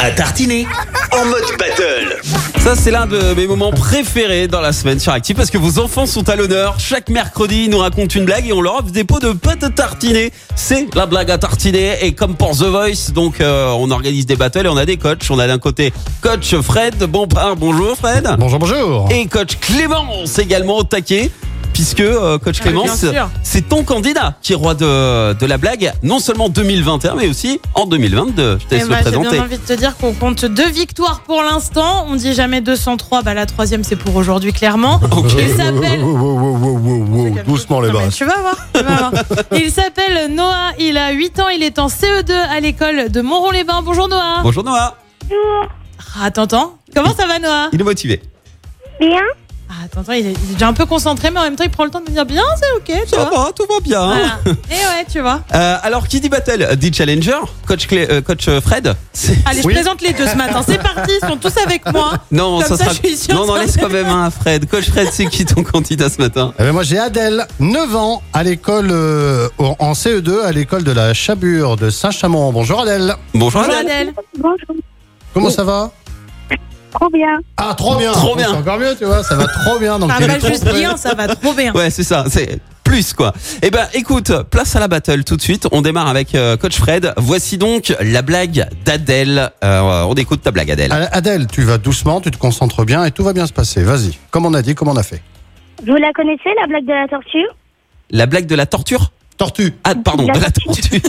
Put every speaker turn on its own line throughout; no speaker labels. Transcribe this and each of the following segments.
à tartiner en mode battle.
Ça, c'est l'un de mes moments préférés dans la semaine sur Active parce que vos enfants sont à l'honneur. Chaque mercredi, ils nous racontent une blague et on leur offre des pots de pâte tartinée. C'est la blague à tartiner et comme pour The Voice, donc euh, on organise des battles et on a des coachs. On a d'un côté coach Fred, bon, ah, bonjour Fred,
Bonjour, bonjour.
et coach Clémence également au taquet. Puisque euh, coach Clémence,
Ah, bien sûr.
c'est ton candidat qui est roi de, de la blague, non seulement 2021, mais aussi en 2022. Je
Eh
te laisse
ben,
le
J'ai
présenter.
bien envie de te dire qu'on compte deux victoires pour l'instant. On dit jamais 203. Bah, la troisième, c'est pour aujourd'hui, clairement.
Ok. Eh ben.
Il s'appelle.
Wow, wow, wow, wow, wow, wow, Doucement les
Non, mais
basses.
Tu vas voir. tu vas voir. Il s'appelle Noah. Il a 8 ans. Il est en CE2 à l'école de Moron-les-Bains. Bonjour, Noah.
Bonjour Noah,
Ah, t'entends Comment ça va, Noah
il est motivé.
Bien,
Ah, t'entends, il est il est déjà un peu concentré, mais en même temps, il prend le temps de me dire bien, c'est ok, tu
Ça
vois.
va, hein. tout va bien.
Voilà. Et ouais, tu vois.
Euh, alors, qui dit battle dit challenger, coach, Clé- euh, coach euh, Fred C'est-
Allez,
Oui.
je présente les deux ce matin. C'est parti, ils sont tous avec moi.
Non,
Comme ça,
sera.
je suis sûre
non, non,
de-
laisse quand même un à Fred. Coach Fred, c'est qui ton candidat ce matin
Eh ben, moi j'ai Adèle, 9 ans, à l'école euh, en en CE2 à l'école de la Chabure de Saint-Chamond. Bonjour Adèle.
Bonjour,
Bonjour,
Adèle.
Adèle.
bonjour,
Comment ça va
trop bien.
Oh. Ah trop bien.
Trop
Donc,
bien.
C'est encore mieux, tu vois, ça va trop bien. Donc
Ça
elle
va
est trop
juste
prête.
bien, ça va trop bien.
Ouais, c'est ça, c'est plus quoi. Eh ben, écoute, place à la battle tout de suite. On démarre avec euh, coach Fred. Voici donc la blague d'Adèle. Euh, on écoute ta blague, Adèle.
Allez, Adèle, tu vas doucement, tu te concentres bien et tout va bien se passer. Vas-y. Comme on a dit, comme on a fait.
Vous la connaissez, la blague de la tortue
La blague de la torture
Tortue.
Ah, pardon, de la tortue.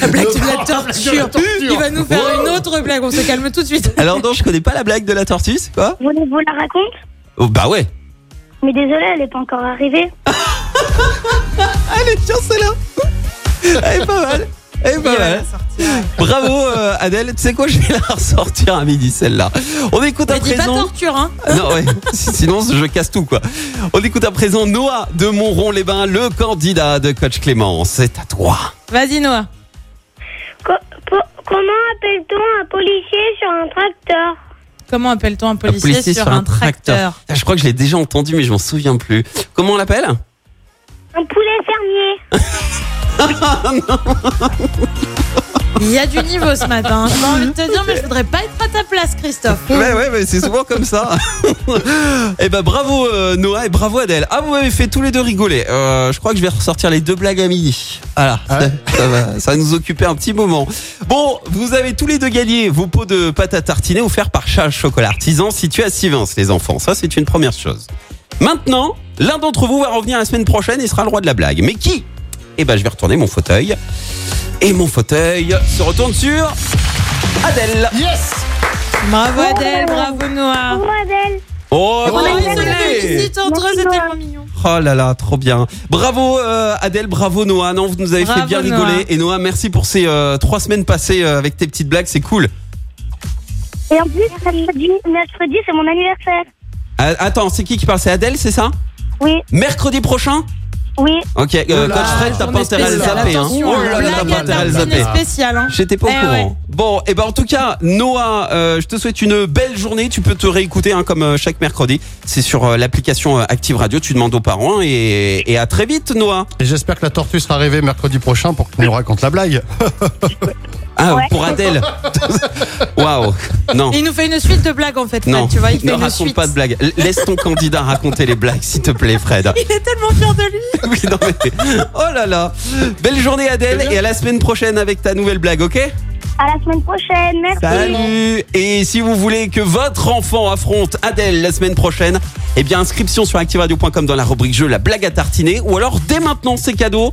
La blague de
Le
la
bras, la
torture.
torture.
Il va nous faire une autre blague, on se calme tout de suite.
Alors non, je connais pas la blague de la tortue, c'est quoi
Vous voulez que vous la raconte
Oh, Bah ouais.
Mais désolé, elle n'est pas encore arrivée.
Allez, tiens, celle-là. Elle est pas mal. Elle est
Il
pas
va
mal.
la sortir.
Bravo euh, Adèle, tu sais quoi, je vais la ressortir à midi celle-là. On écoute à
Mais dis pas
présent.
torture, hein.
Non, ouais. Sinon, je casse tout quoi. On écoute à présent Noah de Monron-les-Bains, le candidat de coach Clément. C'est à toi.
Vas-y, Noah.
Co- po- comment appelle-t-on un policier sur un tracteur
Comment appelle-t-on un policier, sur, un tracteur,
Ah, Je crois que je l'ai déjà entendu, mais je m'en souviens plus. Comment on l'appelle
Un poulet fermier.
Il y a du niveau ce matin. hein. J'ai envie de te dire, mais je voudrais pas être à ta place, Christophe.
Ouais, ouais, mais c'est souvent comme ça. Eh ben, bravo euh, Noah et bravo Adèle. Ah, vous m'avez fait tous les deux rigoler. Euh, je crois que je vais ressortir les deux blagues à midi. Voilà,
Ah ouais
ça, ça va, ça va nous occuper un petit moment. Bon, vous avez tous les deux gagné vos pots de pâte à tartiner offerts par Charles Chocolat Artisan situé à Sivins, les enfants. Ça, c'est une première chose. Maintenant, l'un d'entre vous va revenir la semaine prochaine et sera le roi de la blague. Mais qui Eh ben, je vais retourner mon fauteuil. Et mon fauteuil se retourne sur Adèle.
Yes
Bravo, Adèle, bravo, Noah.
Bravo, Adèle.
Oh,
Oh,
bravo,
ils se
Adèle.
lèvent tous entre eux, c'est
Noah.
tellement mignon.
Oh là là, trop bien. Bravo euh, Adèle, bravo Noah. Non, vous nous avez fait
Bravo,
bien
Noah.
rigoler. Et Noah, merci pour ces euh, trois semaines passées euh, avec tes petites blagues, c'est cool.
Et en plus, mercredi, mercredi c'est mon anniversaire.
Ah, attends, c'est qui qui parle C'est Adèle, c'est ça
Oui,
Mercredi prochain
oui.
Ok, euh,
Oula,
coach Fred, t'as pas
Journée
intérêt à le
spéciale,
zapper. Hein.
attention,
Oh là là, t'as
blague
pas
à
intérêt à le zapper.
tartiner spéciale, hein.
J'étais pas au
Eh
courant.
ouais.
Bon, et ben en tout cas, Noah, euh, je te souhaite une belle journée. Tu peux te réécouter hein, comme euh, chaque mercredi. C'est sur euh, l'application euh, Active Radio. Tu demandes aux parents hein, et, et à très vite, Noah.
Et j'espère que la tortue sera arrivée mercredi prochain pour qu'il nous raconte la blague.
Ah,
Ouais.
pour Adèle. Waouh. Non.
Il nous fait une suite de blagues, en fait, Fred,
Non,
tu vois. Il fait
ne
une
raconte
suite.
pas de blagues. L- Laisse ton candidat raconter les blagues, s'il te plaît, Fred.
Il est tellement fier de lui.
Oui, non, mais- Oh là là. Belle journée, Adèle, et à la semaine prochaine avec ta nouvelle blague, ok
À la semaine prochaine. Merci.
Salut Et si vous voulez que votre enfant affronte Adèle la semaine prochaine, eh bien, inscription sur activeradio.com dans la rubrique jeu, la blague à tartiner, ou alors dès maintenant, c'est cadeau.